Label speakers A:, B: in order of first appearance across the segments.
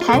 A: 台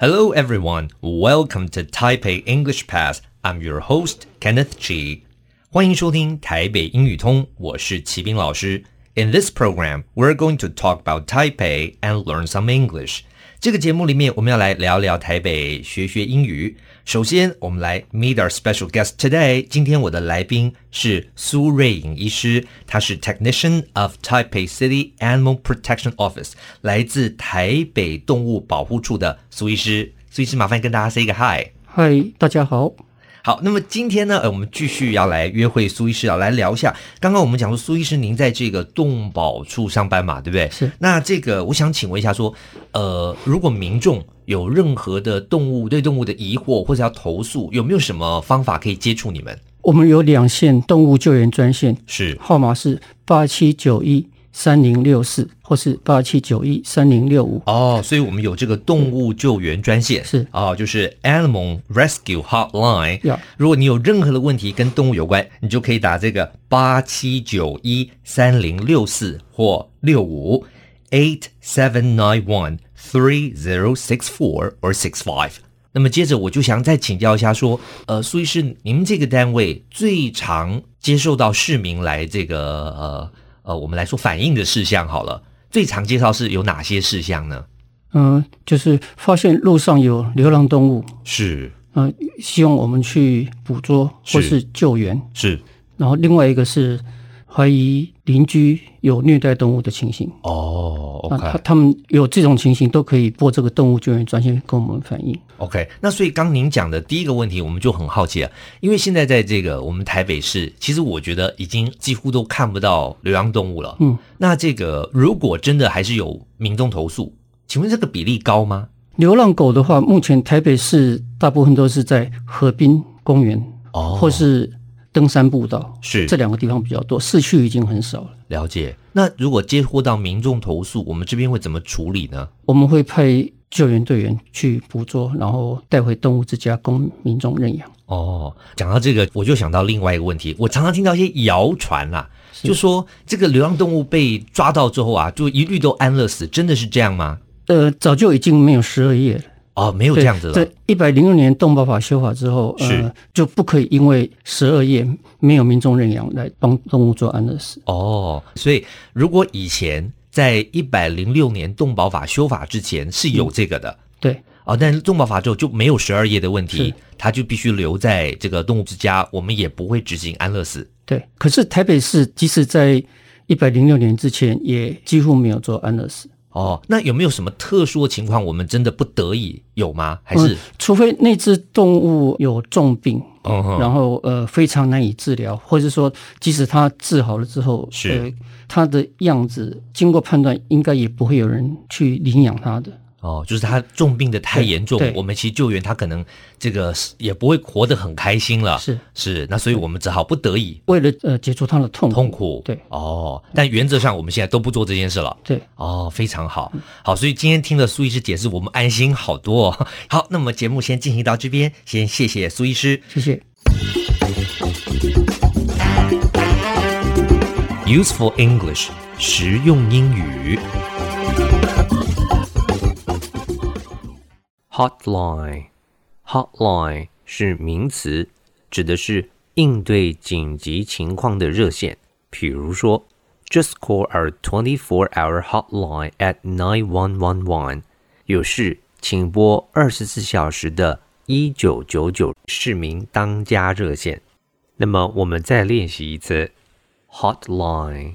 B: Hello, everyone. Welcome to Taipei English Pass. I'm your host, Kenneth Chi. 欢迎收听台北英语通，我是齐斌老师。In this program, we're going to talk about Taipei and learn some English. 这个节目里面，我们要来聊聊台北，学学英语。首先，我们来 meet our special guest today. 今天我的来宾是苏瑞颖医师，他是 technician of Taipei City Animal Protection Office，来自台北动物保护处的苏医师。苏医师，麻烦跟大家 say 个 hi。
C: 嗨，大家好。
B: 好，那么今天呢，呃，我们继续要来约会苏医师啊，来聊一下。刚刚我们讲说，苏医师您在这个动保处上班嘛，对不对？
C: 是
B: 那这个，我想请问一下，说，呃，如果民众有任何的动物对动物的疑惑或者要投诉，有没有什么方法可以接触你们？
C: 我们有两线动物救援专线，
B: 是
C: 号码是八七九一三零六四，或是八七九一三零六五。
B: 哦，所以我们有这个动物救援专线，
C: 是
B: 哦，就是 Animal Rescue Hotline。
C: Yeah
B: 如果你有任何的问题跟动物有关，你就可以打这个八七九一三零六四或六五 eight seven nine one three zero six four or six five。那么接着我就想再请教一下，说，呃，苏医师，您们这个单位最常接受到市民来这个呃呃，我们来说反映的事项好了，最常介绍是有哪些事项呢？
C: 嗯，就是发现路上有流浪动物，
B: 是
C: 嗯，希望我们去捕捉
B: 是
C: 或是救援。
B: 是
C: 然后另外一个是怀疑邻居有虐待动物的情形。
B: 哦
C: 那他他们有这种情形，都可以拨这个动物救援专线跟我们反映。
B: OK，那所以刚您讲的第一个问题，我们就很好奇了，因为现在在这个我们台北市，其实我觉得已经几乎都看不到流浪动物了。
C: 嗯，
B: 那这个如果真的还是有民众投诉，请问这个比例高吗？
C: 流浪狗的话，目前台北市大部分都是在河滨公园、
B: 哦
C: 或是登山步道，
B: 是
C: 这两个地方比较多，市区已经很少了。
B: 了解。那如果接获到民众投诉，我们这边会怎么处理呢？
C: 我们会派救援队员去捕捉，然后带回动物之家供民众认养。
B: 哦，讲到这个，我就想到另外一个问题，我常常听到一些谣传啦、就说这个流浪动物被抓到之后啊，就一律都安乐死，真的是这样吗？
C: 呃，早就已经没有十二页了。
B: 哦，没有这样子了
C: 在。一百零六年动保法修法之后，
B: 是
C: 呃，就不可以因为十二页没有民众认养来帮动物做安乐死。
B: 哦，所以如果以前在一百零六年动保法修法之前是有这个的、
C: 对，
B: 哦，但是动保法之后就没有十二页的问题
C: 嗯是，
B: 它就必须留在这个动物之家，我们也不会执行安乐死。
C: 对，可是台北市即使在一百零六年之前，也几乎没有做安乐死，
B: 哦，那有没有什么特殊的情况，我们真的不得已有吗？还是
C: 嗯除非那只动物有重病，
B: 嗯哼
C: 然后呃非常难以治疗，或者说即使它治好了之后，
B: 是
C: 呃、它的样子，经过判断应该也不会有人去领养它的。
B: 哦，就是他重病的太
C: 对
B: 严重
C: 对，
B: 我们其实救援他可能这个是也不会活得很开心了。
C: 是
B: 是，那所以我们只好不得已
C: 为了呃解除它的痛苦
B: 痛苦。
C: 对
B: 哦，但原则上我们现在都不做这件事了。
C: 对，
B: 哦，非常好，好，所以今天听了苏医师解释，我们安心好多、哦。好，那么节目先进行到这边，先谢谢苏医师。
C: 谢谢。
B: Useful English，实用英语。Hotline，Hotline 是名词，指的是应对紧急情况的热线。比如说，Just call our 24-hour hotline at 9111。有事请拨二十四小时的1999市民当家热线。那么，我们再练习一次。hotline.